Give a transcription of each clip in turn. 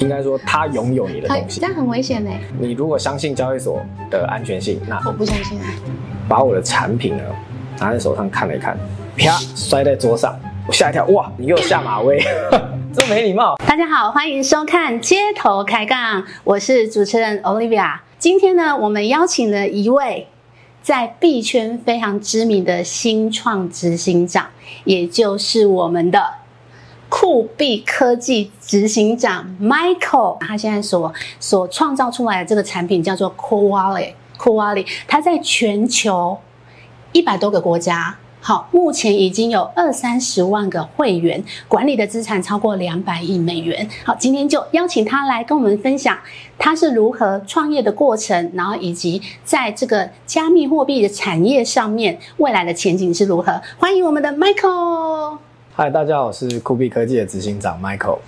应该说他拥有你的很东西这。样很危险呢、你如果相信交易所的安全性，那我不相信啊。把我的产品呢拿在手上看了一看，啪摔在桌上，我吓一跳，哇，你给我下马威， 这没礼貌。大家好，欢迎收看《街头开杠》，我是主持人 Olivia。今天呢，我们邀请了一位在币圈非常知名的新创执行长，也就是我们的酷币科技执行长 Michael。他现在所所创造出来的这个产品叫做 Cool Wallet。Cool Wallet，它在全球一百多个国家。好，目前已经有二三十万个会员，管理的资产超过两百亿美元。好，今天就邀请他来跟我们分享他是如何创业的过程，然后以及在这个加密货币的产业上面未来的前景是如何。欢迎我们的 Michael。嗨，大家好，我是酷比科技的执行长 Michael。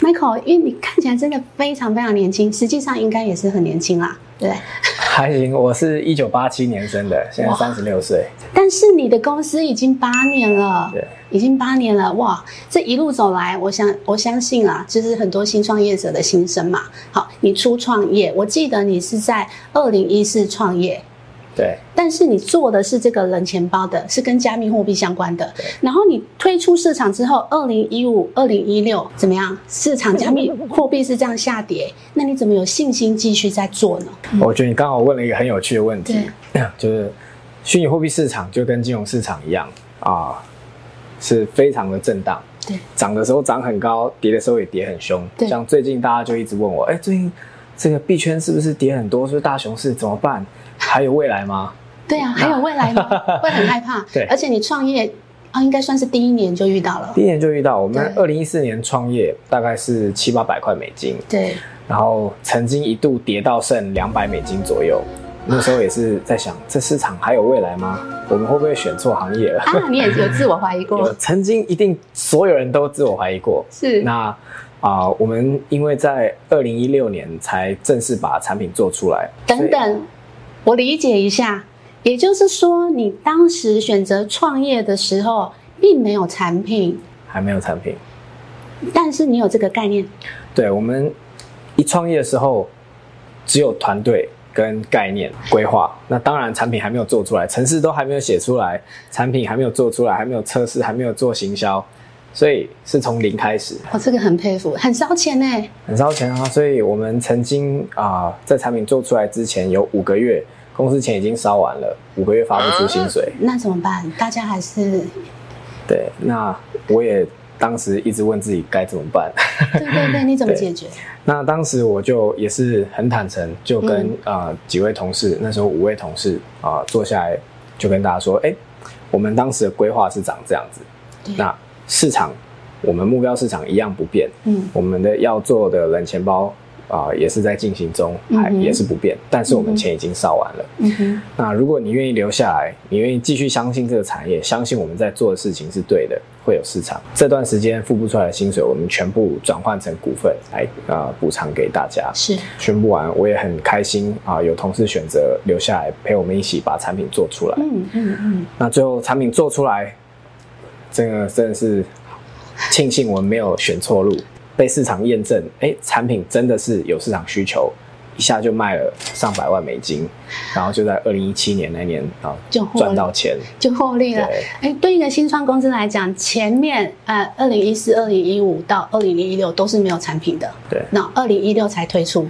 Michael，因为你看起来真的非常非常年轻，实际上应该也是很年轻啦，对不对？还行，我是一九八七年生的，现在哇三十六岁。但是你的公司已经八年了对，已经八年了，哇！这一路走来，我想我相信啊，就是很多新创业者的心声嘛。好，你初创业，我记得你是在二零一四创业，对，但是你做的是这个冷钱包的，是跟加密货币相关的对。然后你推出市场之后，二零一五、二零一六怎么样？市场 加密货币是这样下跌，那你怎么有信心继续在做呢？我觉得你刚好问了一个很有趣的问题， 就是虚拟货币市场就跟金融市场一样啊，是非常的震荡。对，涨的时候涨很高，跌的时候也跌很凶。对像最近大家就一直问我，哎，最近这个币圈是不是跌很多？是不是大熊市？怎么办？还有未来吗？ 对啊，还有未来吗？会很害怕。对而且你创业啊，应该算是第一年就遇到了第。一年就遇到，我们对二零一四年创业，大概是七八百块美金，对，然后曾经一度跌到剩两百美金左右。那时候也是在想，这市场还有未来吗？我们会不会选错行业 了？啊，你也有自我怀疑有过，曾经一定所有人都自我怀疑过。哦是那啊、我们因为在二零一六年才正式把产品做出来，等等，我理解一下。也就是说，你当时选择创业的时候，并没有产品，还没有产品。但是你有这个概念。对我们一创业的时候，只有团队跟概念规划。那当然，产品还没有做出来，城市都还没有写出来，产品还没有做出来，还没有测试，还没有做行销，所以是从零开始，我、这个很佩服，很烧钱欸呢。很烧钱啊。所以我们曾经啊、在产品做出来之前，有五个月公司钱已经烧完了，五个月发不出薪水。那怎么办？大家还是对，那我也当时一直问自己该怎么办。对对对，你怎么对解决？那当时我就也是很坦诚，就跟嗯、呃几位同事，那时候五位同事啊、坐下来，就跟大家说，哎、我们当时的规划是长这样子，对，那市场我们目标市场一样不变，嗯，我们的要做的冷钱包啊、也是在进行中，还嗯哼也是不变，但是我嗯们哼钱已经烧完了。嗯哼，那如果你愿意留下来，你愿意继续相信这个产业，相信我们在做的事情是对的，会有市场。这段时间付不出来的薪水，我们全部转换成股份来呃补偿给大家。是宣布完，我也很开心啊、有同事选择留下来陪我们一起把产品做出来。嗯嗯嗯，那最后产品做出来，这个真的是庆幸我们没有选错路，被市场验证，哎，产品真的是有市场需求，一下就卖了上百万美金，然后就在二零一七年那年啊就获利赚到钱，就获利了。对哎，对一个新创公司来讲，前面呃，二零一四、二零一五到二零一六都是没有产品的，对，那二零一六才推出，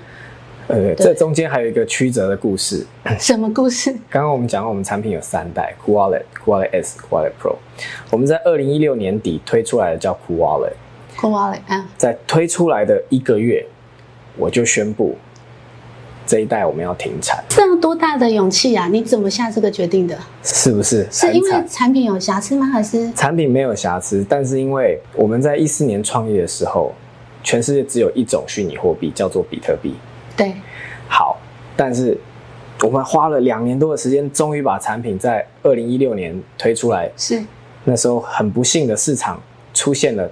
呃，这中间还有一个曲折的故事。什么故事？刚刚我们讲到，我们产品有三代：Cool Wallet、Cool Wallet S、Cool Wallet Pro。我们在二零一六年底推出来的叫 Cool Wallet，酷挖嘞，啊，在推出来的一个月，我就宣布这一代我们要停产，这样多大的勇气啊！你怎么下这个决定的？是不是？是很因为惨产品有瑕疵吗？还是产品没有瑕疵，但是因为我们在一四年创业的时候，全世界只有一种虚拟货币，叫做比特币。对好，但是我们花了两年多的时间，终于把产品在二零一六年推出来。是那时候很不幸的市场出现了。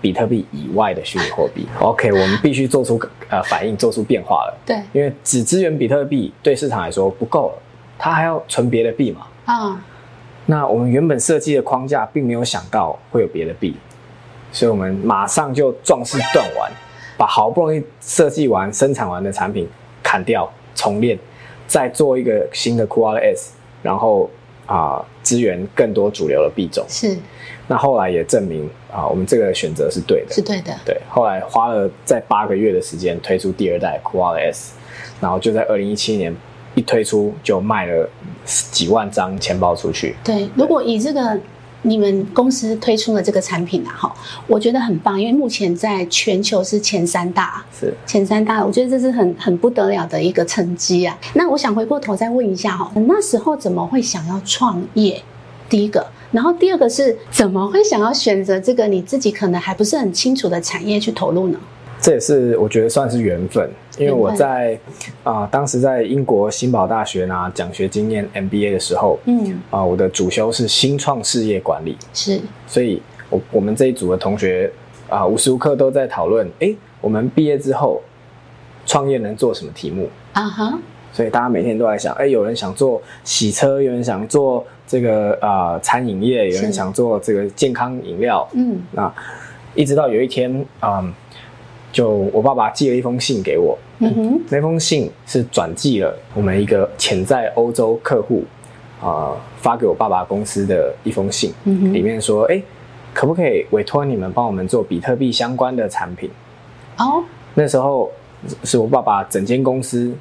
比特币以外的虚拟货币，OK，我们必须做出呃反应，做出变化了。对因为只支援比特币对市场来说不够了，它还要存别的币嘛。啊、那我们原本设计的框架并没有想到会有别的币，所以我们马上就壮士断腕，把好不容易设计完、生产完的产品砍掉、重练，再做一个新的 Q R S，然后啊、支援更多主流的币种。是那后来也证明啊、我们这个选择是对的。是对的，对，后来花了在八个月的时间推出第二代 Quad S，然后就在二零一七年一推出就卖了几万张钱包出去。对。如果以这个你们公司推出的这个产品啊，哈，我觉得很棒，因为目前在全球是前三大，是，前三大，我觉得这是很很不得了的一个成绩啊。那我想回过头再问一下哈，那时候怎么会想要创业？第一个，然后第二个是怎么会想要选择这个你自己可能还不是很清楚的产业去投入呢？这也是我觉得算是缘分，因为我缘分在啊、当时在英国新堡大学拿奖学经验 MBA 的时候，嗯，啊、我的主修是新创事业管理，是所以我我们这一组的同学啊、无时无刻都在讨论，诶，我们毕业之后创业能做什么题目？啊哈，所以大家每天都在想，哎、有人想做洗车，有人想做这个呃餐饮业，有人是想做这个健康饮料。嗯，那一直到有一天，嗯，就我爸爸寄了一封信给我，嗯哼，那封信是转寄了我们一个潜在欧洲客户啊、呃发给我爸爸公司的一封信，嗯里哼，面说，哎、可不可以委托你们帮我们做比特币相关的产品？哦，那时候是我爸爸整间公司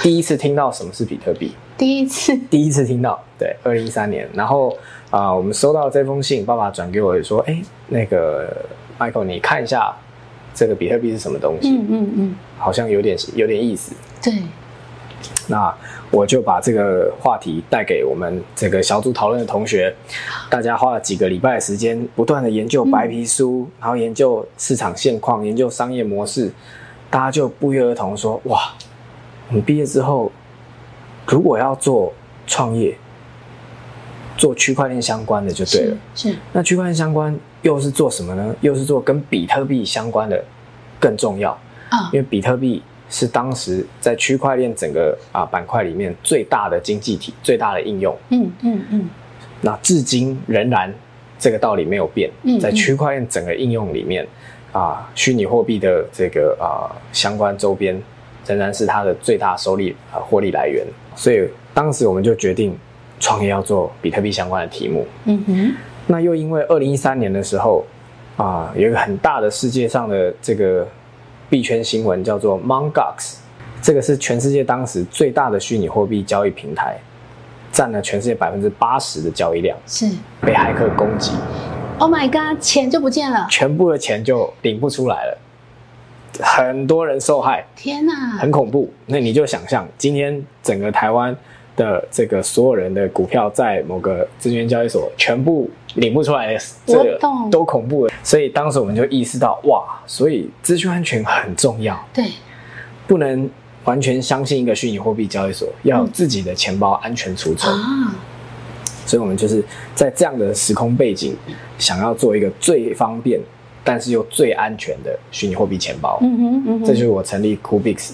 第一次听到什么是比特币，第一次，第一次听到，对，二零一三年。然后啊、我们收到这封信，爸爸转给我说，哎，那个 Michael，你看一下这个比特币是什么东西，嗯嗯嗯，好像有点有点意思。对，那我就把这个话题带给我们这个小组讨论的同学，大家花了几个礼拜的时间，不断的研究白皮书，然后研究市场现况，研究商业模式，大家就不约而同说：哇，我们毕业之后如果要做创业，做区块链相关的就对了是。是，那区块链相关又是做什么呢？又是做跟比特币相关的更重要。啊因为比特币是当时在区块链整个啊板块里面最大的经济体、最大的应用。嗯嗯嗯，那至今仍然这个道理没有变嗯，在区块链整个应用里面，啊，虚拟货币的这个啊相关周边仍然是它的最大收益啊获利来源。所以当时我们就决定创业要做比特币相关的题目。嗯哼，那又因为二零一三年的时候，啊，有一个很大的世界上的这个币圈新闻叫做 Mongox，这个是全世界当时最大的虚拟货币交易平台，占了全世界百分之八十的交易量，是被骇客攻击， ，Oh my God，钱就不见了，全部的钱就领不出来了，很多人受害，天哪、很恐怖。那你就想象，今天整个台湾的这个所有人的股票在某个证券交易所全部领不出来的，这我个懂都恐怖了。所以当时我们就意识到，哇，所以资讯安全很重要，对，不能完全相信一个虚拟货币交易所，要有自己的钱包安全储存。啊，所以我们就是在这样的时空背景，想要做一个最方便但是又最安全的虚拟货币钱包。嗯哼嗯哼，这就是我成立 Coolbix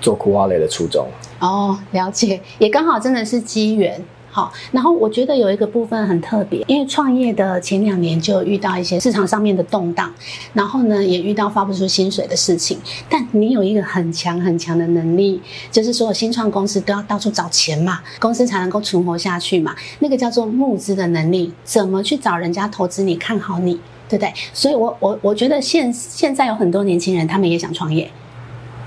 做 Cool Wallet 的初衷。哦，了解，也刚好真的是机缘。好，然后我觉得有一个部分很特别，因为创业的前两年就遇到一些市场上面的动荡，然后呢也遇到发不出薪水的事情。但你有一个很强很强的能力，就是所有新创公司都要到处找钱嘛，公司才能够存活下去嘛。那个叫做募资的能力，怎么去找人家投资你，看好你，对不对？所以我我我觉得现现在有很多年轻人，他们也想创业，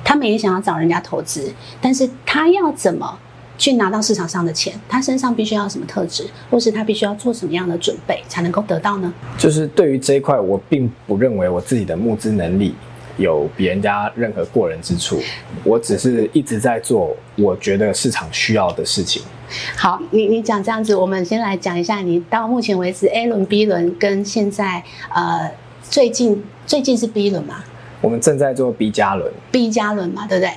他们也想要找人家投资，但是他要怎么去拿到市场上的钱？他身上必须要有什么特质，或是他必须要做什么样的准备才能够得到呢？就是对于这一块，我并不认为我自己的募资能力有比人家任何过人之处，我只是一直在做我觉得市场需要的事情。好，你你讲这样子，我们先来讲一下你到目前为止 A 轮、B 轮跟现在呃最近最近是 B 轮嘛我们正在做 B 加轮， ，B 加轮嘛，对不对？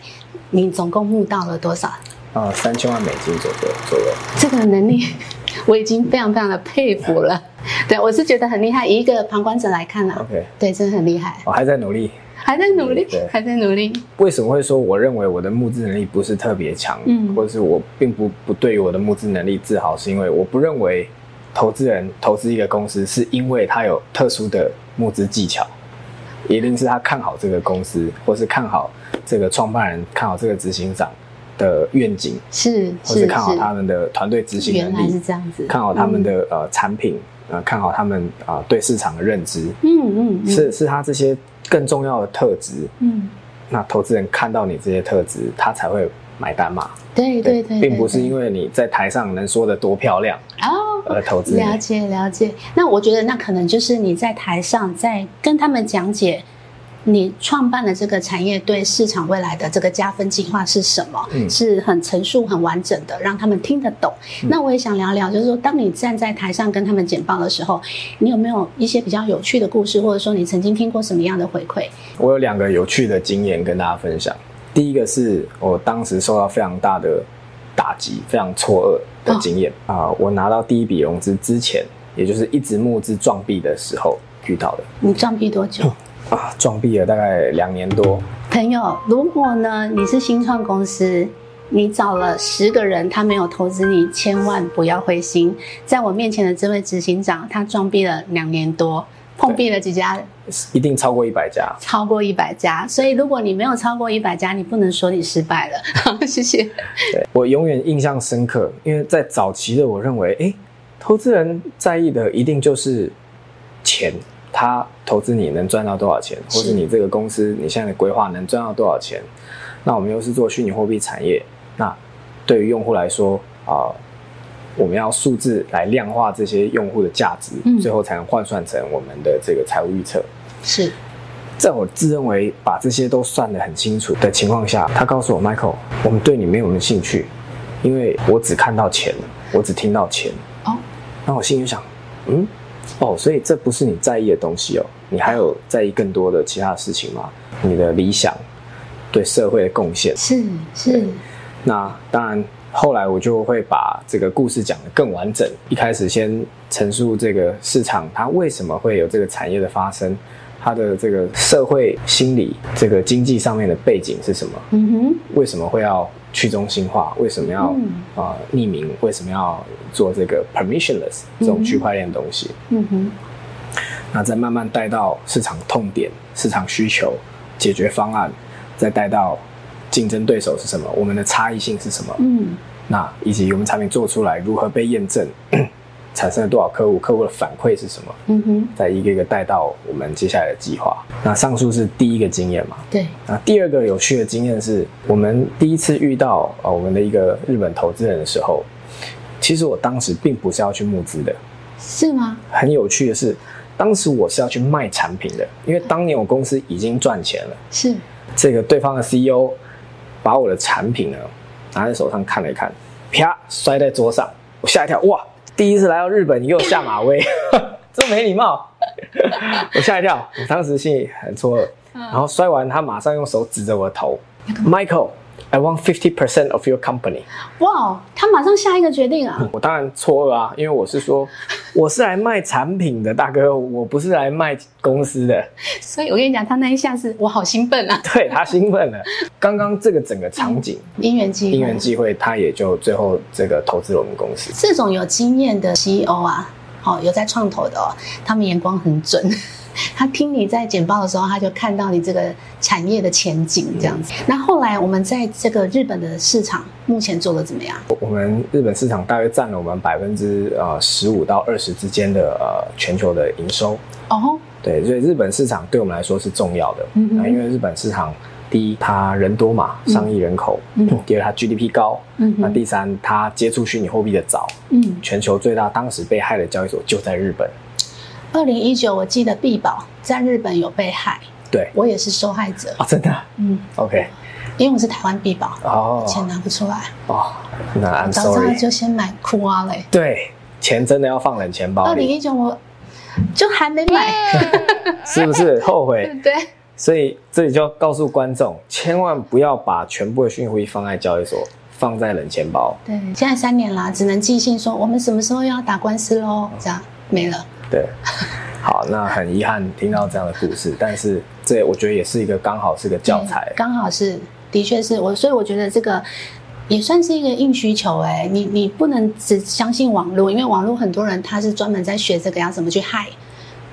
你总共募到了多少？呃，三千万美金左右左右。这个能力 我已经非常非常的佩服了。对我是觉得很厉害，以一个旁观者来看啊， OK，对，真的很厉害，我还在努力。还在努力对，还在努力。为什么会说我认为我的募资能力不是特别强，嗯或者是我并不不对于我的募资能力自豪，是因为我不认为投资人投资一个公司，是因为他有特殊的募资技巧，一定是他看好这个公司，或是看好这个创办人，看好这个执行长的愿景，是或是是看好他们的团队执行原来能是力，这样子，嗯看好他们的呃产品，呃，看好他们啊、呃对市场的认知，嗯，嗯嗯，是是他这些更重要的特质。嗯，那投资人看到你这些特质，他才会买单嘛。对对对，并不是因为为你在台上能说的多漂亮哦，而投资你。了解了解，那我觉得那可能就是你在台上在跟他们讲解你创办的这个产业对市场未来的这个加分计划是什么，嗯是很陈述、很完整的，让他们听得懂。那我也想聊聊，就是说，当你站在台上跟他们简报的时候，你有没有一些比较有趣的故事，或者说你曾经听过什么样的回馈？我有两个有趣的经验跟大家分享。第一个是我当时受到非常大的打击，非常错愕的经验啊、我拿到第一笔融资之前，也就是一直募资撞壁的时候遇到的你撞壁多久？啊，撞壁了大概两年多，朋友，如果呢你是新创公司，你找了十个人，他没有投资你，千万不要灰心。在我面前的这位执行长，他撞壁了两年多，碰壁了几家，一定超过一百家。超过一百家。所以如果你没有超过一百家，你不能说你失败了。谢谢。对我永远印象深刻，因为在早期的我认为，诶，投资人在意的一定就是钱，他投资你能赚到多少钱，或是是你这个公司你现在的规划能赚到多少钱。那我们又是做虚拟货币产业，那对于用户来说啊、我们要数字来量化这些用户的价值，嗯最后才能换算成我们的这个财务预测。是在我自认为把这些都算得很清楚的情况下，他告诉我，Michael，我们对你没有兴趣，因为我只看到钱，我只听到钱。哦，那我心里想，嗯，哦，所以这不是你在意的东西哦，你还有在意更多的其他的事情吗？你的理想，对社会的贡献。是是，那当然，后来我就会把这个故事讲得更完整。一开始先陈述这个市场它为什么会有这个产业的发生，它的这个社会心理、这个经济上面的背景是什么，嗯哼，为什么会要去中心化，为什么要嗯啊、呃匿名，为什么要做这个 permissionless 这嗯哼种区块链的东西。嗯哼，那再慢慢带到市场痛点、市场需求、解决方案，再带到竞争对手是什么，我们的差异性是什么。嗯那以及我们产品做出来如何被验证， 产生了多少客户，客户的反馈是什么，嗯哼，再一个一个带到我们接下来的计划。那上述是第一个经验嘛？对，那第二个有趣的经验是我们第一次遇到呃我们的一个日本投资人的时候，其实我当时并不是要去募资的。是吗？很有趣的是，当时我是要去卖产品的，因为当年我公司已经赚钱了。是这个对方的 CEO 把我的产品呢拿在手上看了一看，啪摔在桌上，我吓一跳，哇！第一次来到日本，你给我下马威， 这么没礼貌！ 我吓一跳，我当时心里很错愕。然后摔完，他马上用手指着我的头，Michael，I want fifty percent of your company。哇，他马上下一个决定啊！我当然错愕啊，因为我是说，我是来卖产品的，大哥，我不是来卖公司的。 所以我跟你讲，他那一下子我好兴奋啊！对他兴奋了，刚刚这个整个场景，因缘际会，因缘际会，他也就最后这个投资了我们公司。这种有经验的 CEO 啊，哦，有在创投的哦，他们眼光很准。 他听你在简报的时候，他就看到你这个产业的前景这样子。那后来我们在这个日本的市场目前做的怎么样？我们日本市场大约占了我们百分之呃十五到二十之间的呃全球的营收。哦，对，所以日本市场对我们来说是重要的。嗯哼那因为日本市场，第一它人多嘛，上亿人口；嗯第二它 GDP 高；嗯那哼，第三它接触虚拟货币的早。嗯，全球最大当时被害的交易所就在日本。二零一九我记得必宝在日本有被害，对我也是受害者，啊，真的啊嗯， ？OK，因为我是台湾必宝，哦钱拿不出来，哦，那 I'm 早知道 sorry。就先买库啊嘞。对，钱真的要放冷钱包二零里，一九我就还没买，是不是后悔对？不对？所以这里就要告诉观众，千万不要把全部的虚拟货币放在交易所，放在冷钱包。对，现在三年啦，只能寄信说我们什么时候要打官司喽，这样没了。对，好，那很遗憾听到这样的故事，但是嗯这我觉得也是一个刚好是个教材对。刚好是，的确是我，所以我觉得这个也算是一个硬需求哎、你你不能只相信网络，因为网络很多人他是专门在学这个要怎么去害，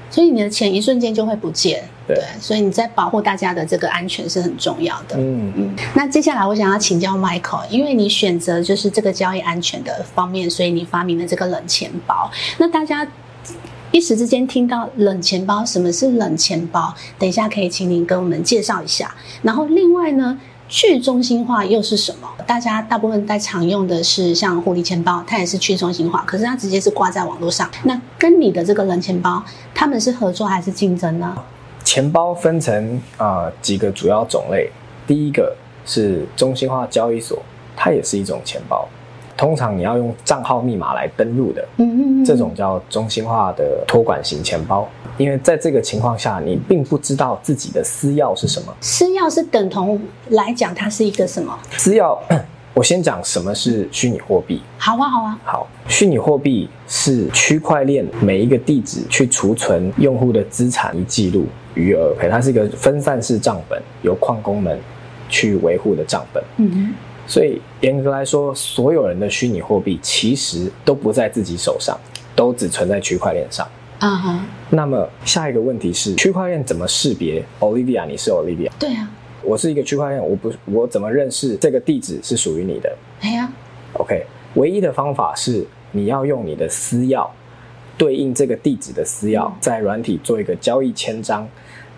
所以你的钱一瞬间就会不见。对所以你在保护大家的这个安全是很重要的。嗯，嗯，那接下来我想要请教 Michael，因为你选择就是这个交易安全的方面，所以你发明了这个冷钱包。那大家一时之间听到冷钱包，什么是冷钱包？等一下可以请您跟我们介绍一下。然后另外呢，去中心化又是什么？大家大部分在常用的是像狐狸钱包，它也是去中心化，可是它直接是挂在网络上。那跟你的这个冷钱包，他们是合作还是竞争呢？钱包分成啊、呃几个主要种类，第一个是中心化交易所，它也是一种钱包，通常你要用账号密码来登录的，嗯嗯嗯，这种叫中心化的托管型钱包。因为在这个情况下，你并不知道自己的私钥是什么。私钥是等同来讲，它是一个什么？私钥， 我先讲什么是虚拟货币。好啊，好啊，好，虚拟货币是区块链每一个地址去储存用户的资产与记录余额，它是一个分散式账本，由矿工们去维护的账本。嗯，所以严格来说，所有人的虚拟货币其实都不在自己手上，都只存在区块链上。啊哈，那么下一个问题是，区块链怎么识别 Olivia 你是 Olivia？对啊，我是一个区块链，我不我怎么认识这个地址是属于你的？哎呀， OK，唯一的方法是你要用你的私钥对应这个地址的私钥嗯，在软体做一个交易签章。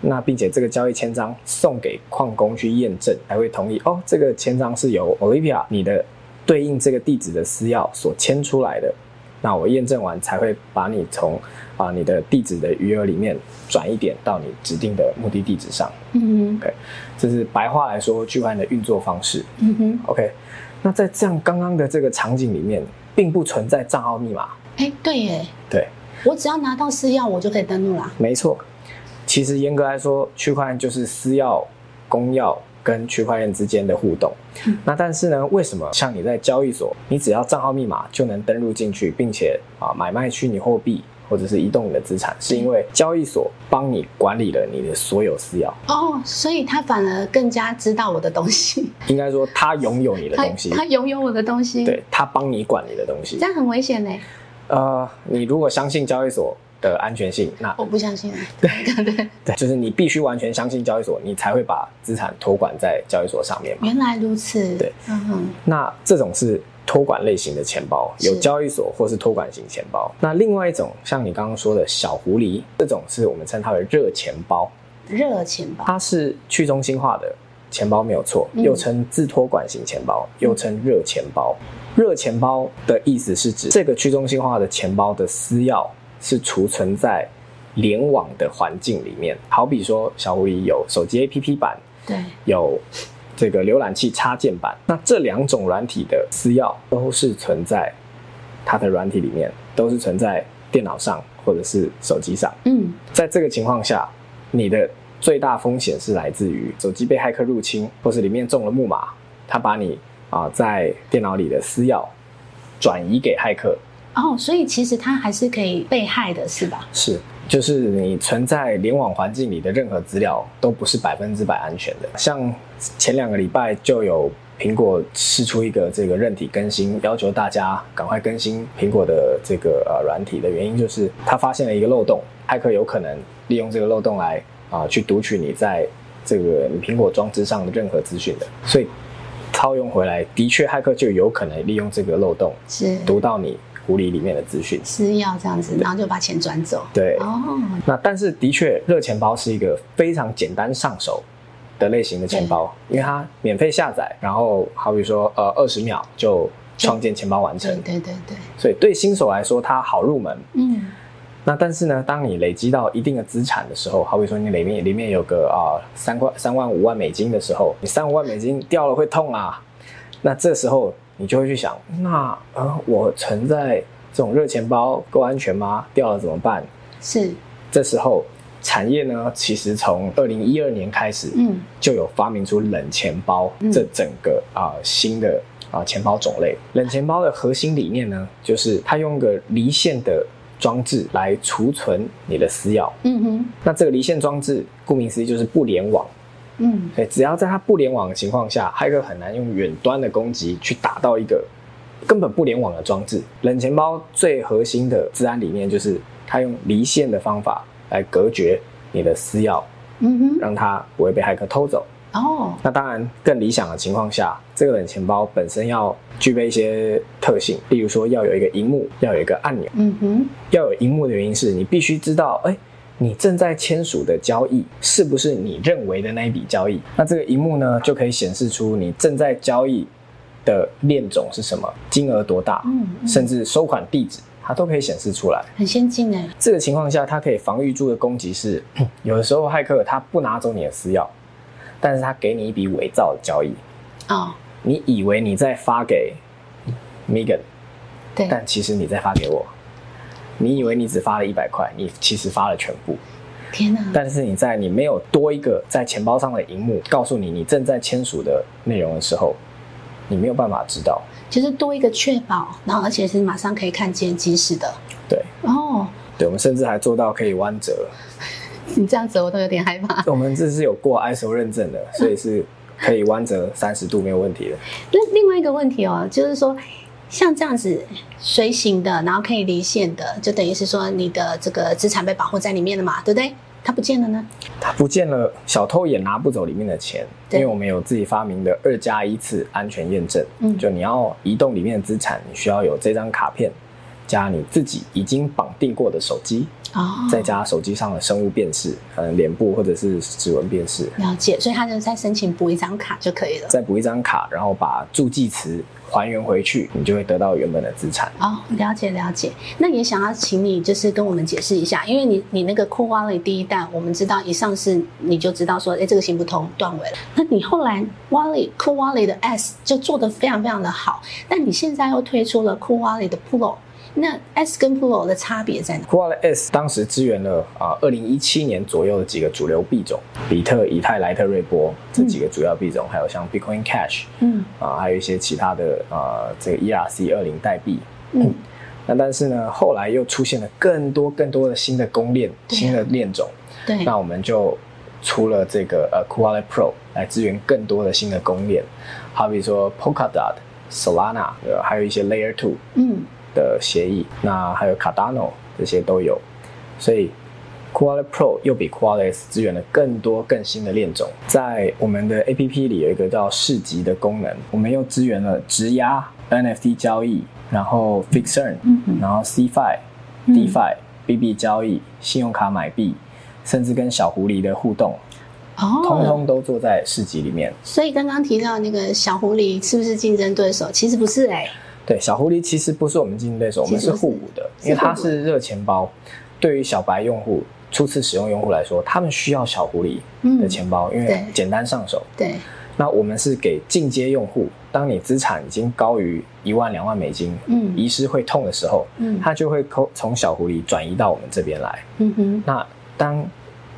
那并且这个交易签章送给矿工去验证，才会同意哦。这个签章是由 Olivia 你的对应这个地址的私钥所签出来的。那我验证完才会把你从啊你的地址的余额里面转一点到你指定的目的地址上。嗯哼，这是白话来说区块链的运作方式。嗯哼， OK，那在这样刚刚的这个场景里面，并不存在账号密码。哎，对耶，对，我只要拿到私钥，我就可以登录啦。没错。其实严格来说，区块链就是私钥、公钥跟区块链之间的互动。嗯那但是呢，为什么像你在交易所，你只要账号密码就能登录进去，并且啊买卖虚拟货币或者是移动你的资产，是因为交易所帮你管理了你的所有私钥。哦，所以他反而更加知道我的东西，应该说，它拥有你的他东西，他拥有我的东西，，对，它帮你管你的东西这。样很危险嘞，呃，你如果相信交易所的安全性，那我不相信。啊对对，对，就是你必须完全相信交易所，你才会把资产托管在交易所上面嘛。原来如此。对，嗯哼，那这种是托管类型的钱包，是有交易所或是托管型钱包。那另外一种，像你刚刚说的小狐狸，这种是我们称它为热钱包，热钱包，它是去中心化的钱包没有错，嗯又称自托管型钱包，又称热钱包。热钱包的意思是指这个去中心化的钱包的私钥是储存在联网的环境里面，好比说小狐狸有手机 APP 版，对，有这个浏览器插件版。那这两种软体的私钥都是存在它的软体里面，都是存在电脑上或者是手机上。嗯，在这个情况下，你的最大风险是来自于手机被骇客入侵，或是里面中了木马，他把你啊、在电脑里的私钥转移给骇客，哦，所以其实他还是可以被害的，是吧？是，就是你存在联网环境里的任何资料都不是百分之百安全的。像前两个礼拜就有苹果试出一个这个韧体更新，要求大家赶快更新苹果的这个呃软体的原因，就是他发现了一个漏洞，骇客有可能利用这个漏洞来啊、去读取你在这个你苹果装置上的任何资讯的，所以。套用回来，的确，骇客就有可能利用这个漏洞是，读到你狐狸里面的资讯。私钥这样子，然后就把钱转走。对，哦，那但是的确，热钱包是一个非常简单上手的类型的钱包，因为它免费下载，然后好比说呃二十秒就创建钱包完成对，对对对，所以对新手来说它好入门。嗯。那但是呢，当你累积到一定的资产的时候，好比说你里面里面有个啊三块三万五万美金的时候，你三五万美金掉了会痛啊。那这时候你就会去想，那呃我存在这种热钱包够安全吗？掉了怎么办？是，这时候产业呢，其实从二零一二年开始，嗯，就有发明出冷钱包嗯这整个啊、新的啊、钱包种类。冷钱包的核心理念呢，就是它用一个离线的装置来储存你的私钥。嗯哼，那这个离线装置，顾名思义就是不联网，嗯所以只要在它不联网的情况下，hacker 很难用远端的攻击去打到一个根本不联网的装置。冷钱包最核心的治安理念就是它用离线的方法来隔绝你的私钥，嗯让它不会被骇客偷走。哼，哦，那当然，更理想的情况下，这个冷钱包本身要具备一些特性，例如说要有一个荧幕，要有一个按钮。嗯哼，要有荧幕的原因是你必须知道，哎、你正在签署的交易是不是你认为的那一笔交易？那这个荧幕呢，就可以显示出你正在交易的链种是什么，金额多大，嗯嗯甚至收款地址，它都可以显示出来。很先进哎，这个情况下，它可以防御住的攻击是， 有的时候骇客他不拿走你的私钥，但是他给你一笔伪造的交易，哦，你以为你在发给 Megan，对，但其实你在发给我。你以为你只发了一百块，你其实发了全部。天哪，但是你在你没有多一个在钱包上的荧幕告诉你你正在签署的内容的时候，你没有办法知道。就是多一个确保，然后而且是马上可以看见即时的，对，哦，对，我们甚至还做到可以弯折。你这样子我都有点害怕。我们这是有过 ISO 认证的，所以是可以弯折三十度没有问题的。那另外一个问题哦，就是说，像这样子随行的，然后可以离线的，就等于是说你的这个资产被保护在里面了嘛，对不对？它不见了呢？它不见了，小偷也拿不走里面的钱，对因为我们有自己发明的二加一次安全验证。嗯就你要移动里面的资产，你需要有这张卡片，加你自己已经绑定过的手机，哦，再加手机上的生物辨识，可能脸部或者是指纹辨识，了解，所以他就再申请补一张卡就可以了。再补一张卡，然后把助记词还原回去，你就会得到原本的资产。哦，了解了解。那也想要请你就是跟我们解释一下，因为你你那个酷蛙类第一代，我们知道一上市你就知道说，哎，这个行不通，断尾了。那你后来 Wally 酷蛙类的 S 就做得非常非常的好，但你现在又推出了酷蛙类的 Pro，那 S 跟 Pro 的差别在哪？ k u a l a S 当时支援了啊，二零一七年左右的几个主流币种，比特、以太、莱特瑞波这几个主要币种，还有像 Bitcoin Cash 嗯啊，还有一些其他的啊，这个 ERC 二零代币。嗯，那但是呢，后来又出现了更多更多的新的公链、对啊新的链种，对，那我们就出了这个呃 k u a l a Pro 来支援更多的新的公链，好比说 Polkadot、Solana，呃，还有一些 Layer Two 嗯的协议，那还有 Cardano 这些都有，所以 k u a l a Pro 又比 k u a l a S 支援了更多更新的链种。在我们的 APP 里有一个叫市集的功能，我们又支援了质押、NFT 交易，然后 Fixern，嗯嗯然后 CFI、嗯 DeFi、BB 交易、信用卡买币，甚至跟小狐狸的互动，哦，通通都做在市集里面。所以刚刚提到那个小狐狸是不是竞争对手？其实不是哎、对，小狐狸其实不是我们竞争对手，我们其实是不是互补的，是因为它互补的是热钱包。对于小白用户、初次使用用户来说，他们需要小狐狸的钱包，因为嗯对简单上手。对，那我们是给进阶用户，当你资产已经高于一万、两万美金，嗯遗失会痛的时候，嗯它就会扣从小狐狸转移到我们这边来。嗯哼，那当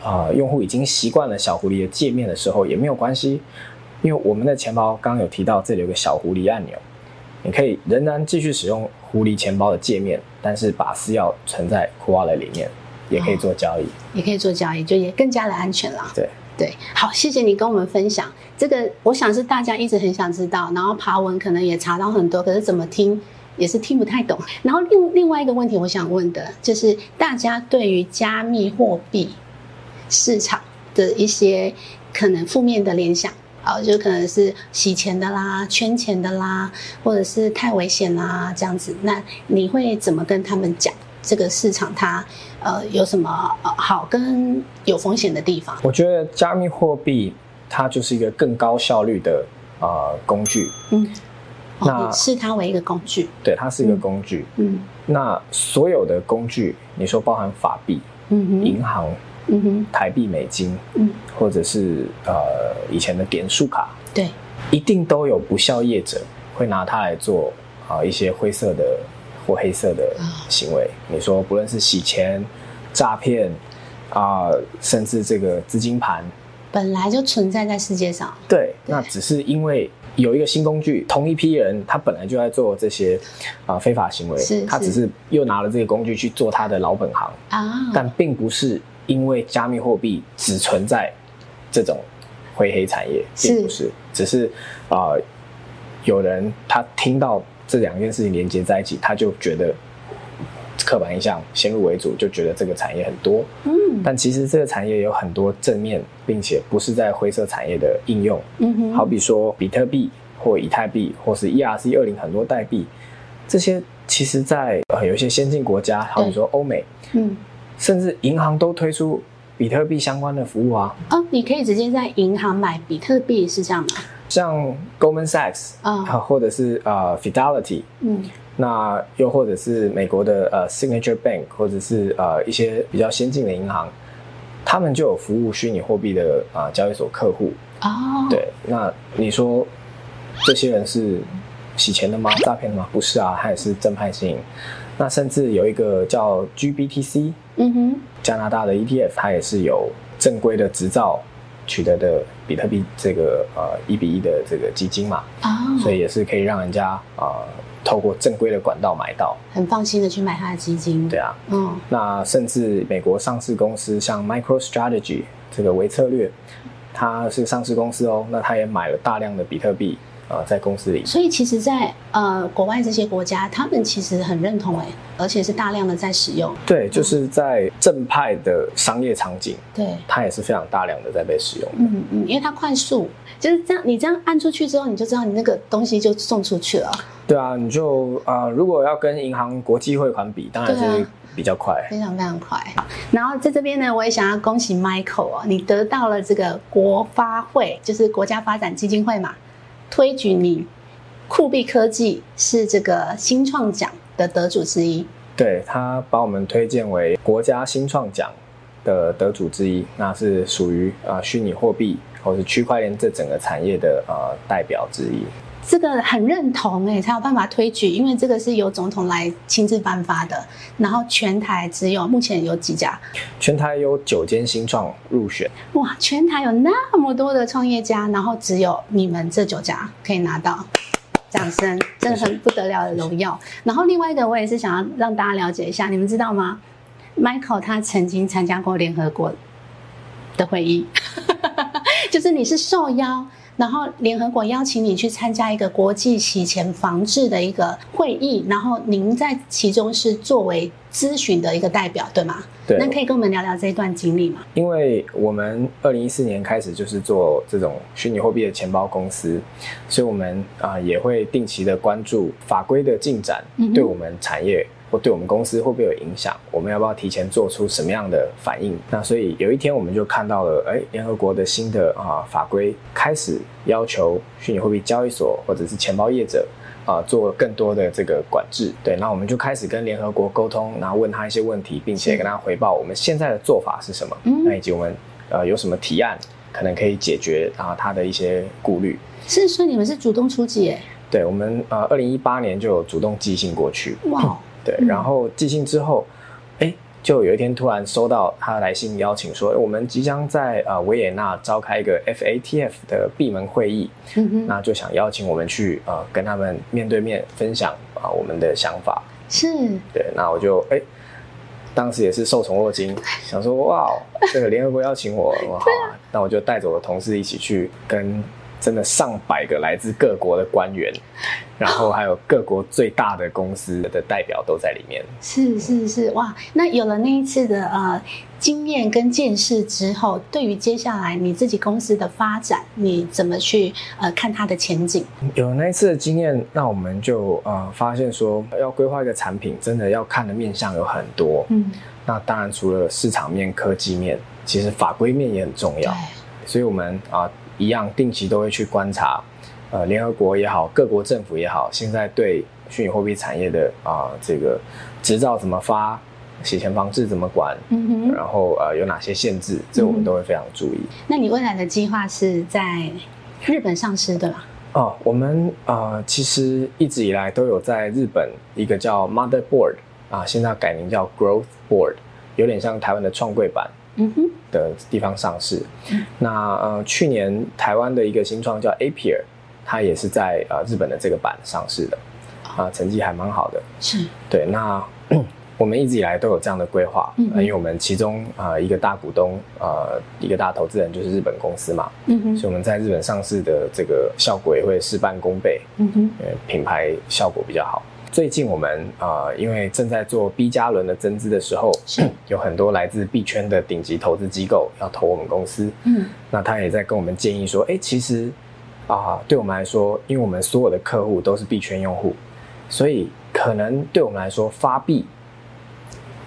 啊、呃用户已经习惯了小狐狸的界面的时候，也没有关系，因为我们的钱包刚刚有提到这里有个小狐狸按钮，你可以仍然继续使用狐狸钱包的界面，但是把私钥存在 k u a l a 里面，也可以做交易。也可以做交易，就也更加的安全啦。对，对，好，谢谢你跟我们分享这个，我想是大家一直很想知道，然后爬文可能也查到很多，可是怎么听也是听不太懂。然后另另外一个问题，我想问的就是大家对于加密货币市场的一些可能负面的联想。哦，就可能是洗钱的啦、圈钱的啦，或者是太危险啦这样子。那你会怎么跟他们讲这个市场它呃有什么呃好跟有风险的地方？我觉得加密货币它就是一个更高效率的啊、呃工具，嗯，哦那，你视它为一个工具。对，它是一个嗯工具。嗯那所有的工具，你说包含法币、嗯哼，银行、嗯哼，台币、美金，嗯，或者是呃以前的点数卡，对，一定都有不孝业者会拿它来做啊、一些灰色的或黑色的行为。你说不论是洗钱、诈骗啊、甚至这个资金盘，本来就存在在世界上。对，那只是因为有一个新工具，同一批人他本来就在做这些啊、非法行为是，他是只是又拿了这个工具去做他的老本行，啊，但并不是因为加密货币只存在这种灰黑产业，是并不是，只是呃，有人他听到这两件事情连接在一起，他就觉得刻板印象先入为主，就觉得这个产业很多，嗯但其实这个产业有很多正面，并且不是在灰色产业的应用，嗯哼，好比说比特币或以太币，或是 ERC 二零很多代币，这些其实在呃有一些先进国家，好比说欧美，嗯甚至银行都推出比特币相关的服务啊，哦，你可以直接在银行买比特币，是这样吗？像 Goldman Sachs 啊啊，或者是呃 Fidelity，嗯那又或者是美国的呃 Signature Bank，或者是呃一些比较先进的银行，他们就有服务虚拟货币的啊、呃交易所客户。哦，，对，那你说这些人是洗钱的吗？诈骗的吗？不是啊，他也是正派经营。那甚至有一个叫 GBTC 嗯哼，加拿大的 ETF，它也是有正规的执照取得的比特币这个呃一比一的这个基金嘛，哦，所以也是可以让人家啊、呃透过正规的管道买到。很放心的去买它的基金，对，啊，嗯那甚至美国上市公司像 MicroStrategy 这个微策略，它是上市公司哦，那它也买了大量的比特币啊、呃在公司里。所以其实在，呃国外这些国家，他们其实很认同哎，而且是大量的在使用。对，就是在正派的商业场景，对，它也是非常大量的在被使用。嗯嗯，因为它快速，就是这样，你这样按出去之后，你就知道你那个东西就送出去了，对啊，你就啊、呃如果要跟银行国际汇款比，当然对是啊比较快。非常非常快。然后在这边呢，我也想要恭喜 Michael 哦，你得到了这个国发会，就是国家发展基金会嘛，推举你酷币科技是这个新创奖的得主之一。对他把我们推荐为国家新创奖的得主之一，那是属于呃虚拟货币或是区块链这整个产业的呃代表之一。这个很认同哎、才有办法推举，因为这个是由总统来亲自颁发的，然后全台只有目前有几家，全台有九间新创入选，哇，全台有那么多的创业家，然后只有你们这九家可以拿到。掌声，真的很不得了的荣耀。然后另外一个，我也是想要让大家了解一下，你们知道吗？Michael 他曾经参加过联合国 的会议，就是你是受邀，然后联合国邀请你去参加一个国际洗钱防治的一个会议，然后您在其中是作为咨询的一个代表，对吗？对那可以跟我们聊聊这一段经历吗？因为我们二零一四年开始就是做这种虚拟货币的钱包公司，所以我们啊、呃也会定期的关注法规的进展嗯哼对我们产业或对我们公司会不会有影响，我们要不要提前做出什么样的反应？那所以有一天我们就看到了，哎，联合国的新的啊、法规开始要求虚拟货币交易所或者是钱包业者啊，做更多的这个管制。对，那我们就开始跟联合国沟通，然后问他一些问题，并且跟他回报我们现在的做法是什么，嗯那以及我们呃有什么提案可能可以解决啊他的一些顾虑。是，所以你们是主动出击耶，对我们呃，二零一八年就有主动寄信过去，哇，对，嗯然后寄信之后，哎，就有一天突然收到他的来信邀请说，诶我们即将在呃维也纳召开一个 FATF 的闭门会议，嗯哼，那就想邀请我们去呃跟他们面对面分享啊、我们的想法。是，对，那我就哎、当时也是受宠若惊，想说哇，哦这个联合国邀请我，我好啊，那我就带着我的同事一起去跟真的上百个来自各国的官员，然后还有各国最大的公司的代表都在里面。是是是，哇！那有了那一次的呃经验跟见识之后，对于接下来你自己公司的发展，你怎么去呃看它的前景？有那一次的经验，那我们就呃发现说，要规划一个产品，真的要看的面向有很多。嗯，那当然除了市场面、科技面，其实法规面也很重对要。，所以我们啊、一样定期都会去观察，呃，联合国也好，各国政府也好，现在对虚拟货币产业的啊、这个执照怎么发，洗钱防治怎么管，嗯哼。然后呃有哪些限制，这我们都会非常注意。那你未来的计划是在日本上市对吧？哦，我们呃其实一直以来都有在日本一个叫 Motherboard 啊、现在改名叫 Growth Board，有点像台湾的创柜板。嗯哼，的地方上市嗯。那呃，去年台湾的一个新创叫 Apier，它也是在哦呃日本的这个版上市的，啊、成绩还蛮好的。是对，那 我们一直以来都有这样的规划，嗯呃因为我们其中啊、呃一个大股东呃一个大投资人就是日本公司嘛，嗯哼，所以我们在日本上市的这个效果也会事半功倍，嗯哼，因为呃品牌效果比较好。最近我们啊、呃因为正在做 B 加轮的增资的时候，是， 有很多来自币圈的顶级投资机构要投我们公司，嗯那他也在跟我们建议说，哎，其实啊、对我们来说，因为我们所有的客户都是币圈用户，所以可能对我们来说发币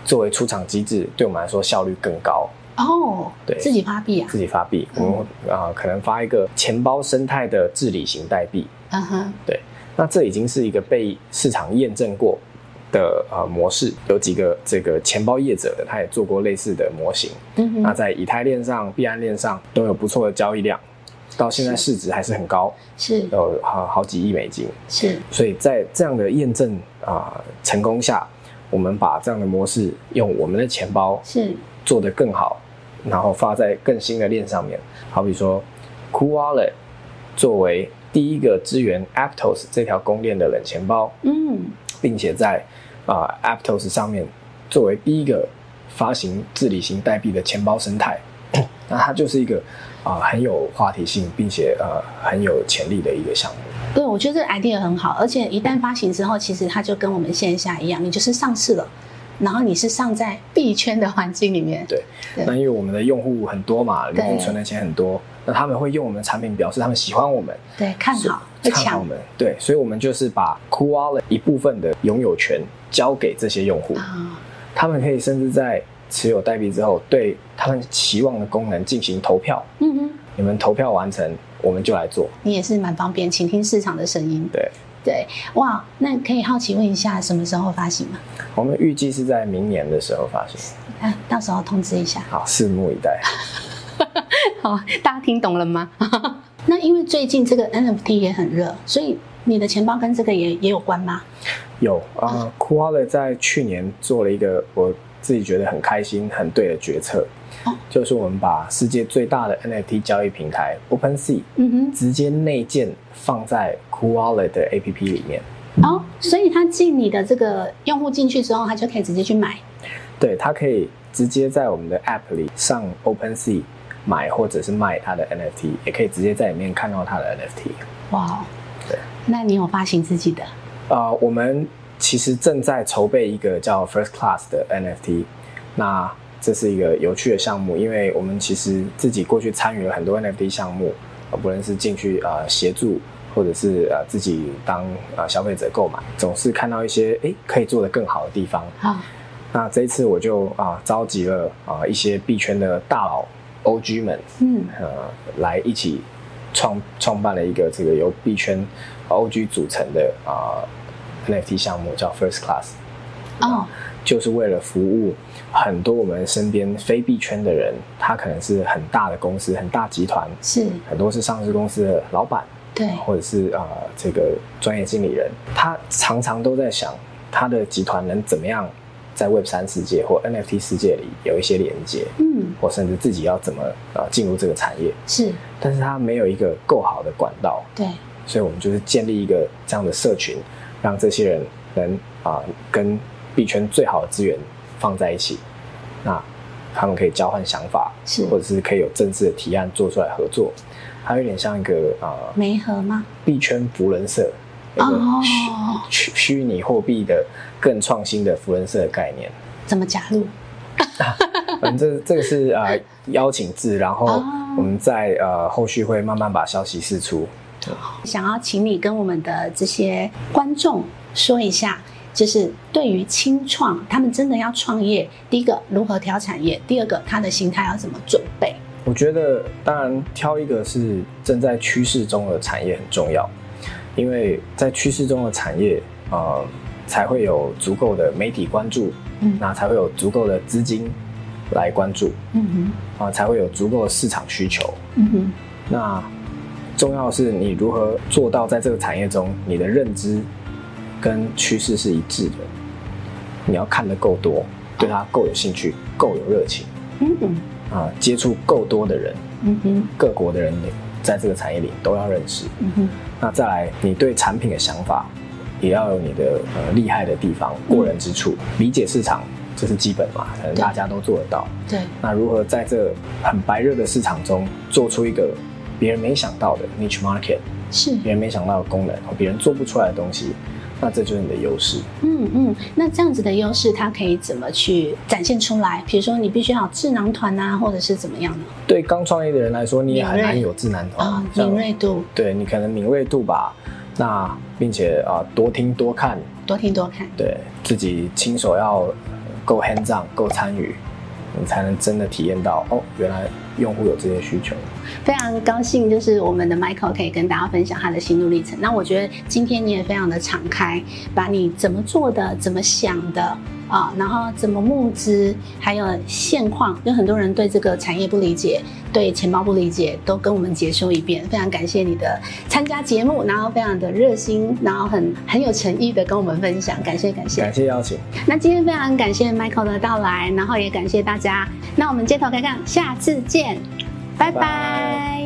作为出场机制，对我们来说效率更高。哦，对自己发币啊，自己发币，我嗯们啊、可能发一个钱包生态的治理型代币，嗯哼，那这已经是一个被市场验证过的呃模式。有几个这个钱包业者的，他也做过类似的模型。嗯那哼，在以太链上、币安链上都有不错的交易量，到现在市值还是很高，是有好好几亿美金。是，所以在这样的验证啊、成功下，我们把这样的模式用我们的钱包是，做得更好，然后发在更新的链上面。好比说，Cool Wallet 作为第一个支援 Aptos 这条公链的冷钱包，嗯并且在啊、Aptos 上面作为第一个发行治理型代币的钱包生态， 那它就是一个啊、很有话题性，并且呃很有潜力的一个项目。对，我觉得这个 idea 很好，而且一旦发行之后，其实它就跟我们线下一样，你就是上市了，然后你是上在币圈的环境里面，对，对那因为我们的用户很多嘛，对用户存的钱很多，那他们会用我们的产品表示他们喜欢我们，对，看好，会看好我抢们。对，所以我们就是把 Cool Wallet 一部分的拥有权交给这些用户，啊，他们可以甚至在持有代币之后，对他们期望的功能进行投票。嗯哼，你们投票完成，我们就来做。你也是蛮方便，倾听市场的声音，对，对，哇，那可以好奇问一下，什么时候发行吗？我们预计是在明年的时候发行。啊，到时候通知一下。好，拭目以待。 好，大家听懂了吗？ 那因为最近这个 NFT 也很热，所以你的钱包跟这个也也有关吗？有啊、c o o l Wallet 在去年做了一个我自己觉得很开心、很对的决策，哦就是我们把世界最大的 NFT 交易平台 OpenSea 嗯直接内建放在 Cool Wallet 的 APP 里面。哼，哦，所以他进你的这个用户进去之后，他就可以直接去买。对，它可以直接在我们的 App 里上 OpenSea 买或者是卖它的 NFT，也可以直接在里面看到它的 NFT。哇，哦对，那你有发行自己的？呃，我们其实正在筹备一个叫 First Class 的 NFT，那这是一个有趣的项目，因为我们其实自己过去参与了很多 NFT 项目，呃、不论是进去呃协助，或者是呃自己当呃消费者购买，总是看到一些诶可以做得更好的地方。好，那这一次我就啊、召集了啊、一些币圈的大佬 OG 们，嗯，呃来一起创创办了一个这个由币圈 OG 组成的啊、NFT 项目，叫 First Class，哦，就是为了服务很多我们身边非币圈的人，他可能是很大的公司、很大集团，是很多是上市公司的老板，对，或者是啊、这个专业经理人，他常常都在想他的集团能怎么样在 Web 三世界或 NFT 世界里有一些连接，嗯，或甚至自己要怎么啊进入这个产业。是但是它没有一个够好的管道，对，所以我们就是建立一个这样的社群，让这些人能啊、跟币圈最好的资源放在一起，那他们可以交换想法，是或者是可以有正式的提案做出来合作，它有点像一个啊梅河吗？币、圈福人社，一个哦虚虚虚拟货币的更创新的福人社的概 念。怎么加入？反正这个是呃邀请制，然后哦我们在呃后续会慢慢把消息释出。想要请你跟我们的这些观众说一下，就是对于清创，他们真的要创业，第一个如何挑产业，第二个他的心态要怎么准备？我觉得，当然挑一个是正在趋势中的产业很重要，因为在趋势中的产业，呃，才会有足够的媒体关注，嗯那才会有足够的资金来关注，嗯哼，啊、才会有足够的市场需求。嗯哼，那重要的是你如何做到在这个产业中，你的认知跟趋势是一致的，你要看得够多，对它够有兴趣，够有热情，嗯哼，啊、接触够多的人。嗯哼，各国的人在这个产业里都要认识。嗯哼，那再来，你对产品的想法也要有你的呃厉害的地方、过人之处，理解市场这是基本嘛，可能对大家都做得到。对，那如何在这很白热的市场中做出一个别人没想到的 niche market，是，别人没想到的功能和别人做不出来的东西，那这就是你的优势。嗯嗯。那这样子的优势，它可以怎么去展现出来？比如说，你必须要有智囊团啊，或者是怎么样呢？对刚创业的人来说，你也很难敏锐有智囊团啊，像敏锐度，对你可能敏锐度吧，那并且啊、多听多看，多听多看。对自己亲手要呃够 hands on 够参与，你才能真的体验到哦，原来用户有这些需求。非常高兴，就是我们的 Michael 可以跟大家分享他的心路历程。那我觉得今天你也非常的敞开，把你怎么做的、怎么想的啊，然后怎么募资，还有现况，有很多人对这个产业不理解，对钱包不理解，都跟我们解说一遍。非常感谢你的参加节目，然后非常的热心，然后很很有诚意的跟我们分享，感谢感谢。感谢邀请，那今天非常感谢 Michael 的到来，然后也感谢大家。那我们街头开杠，下次见，拜拜。拜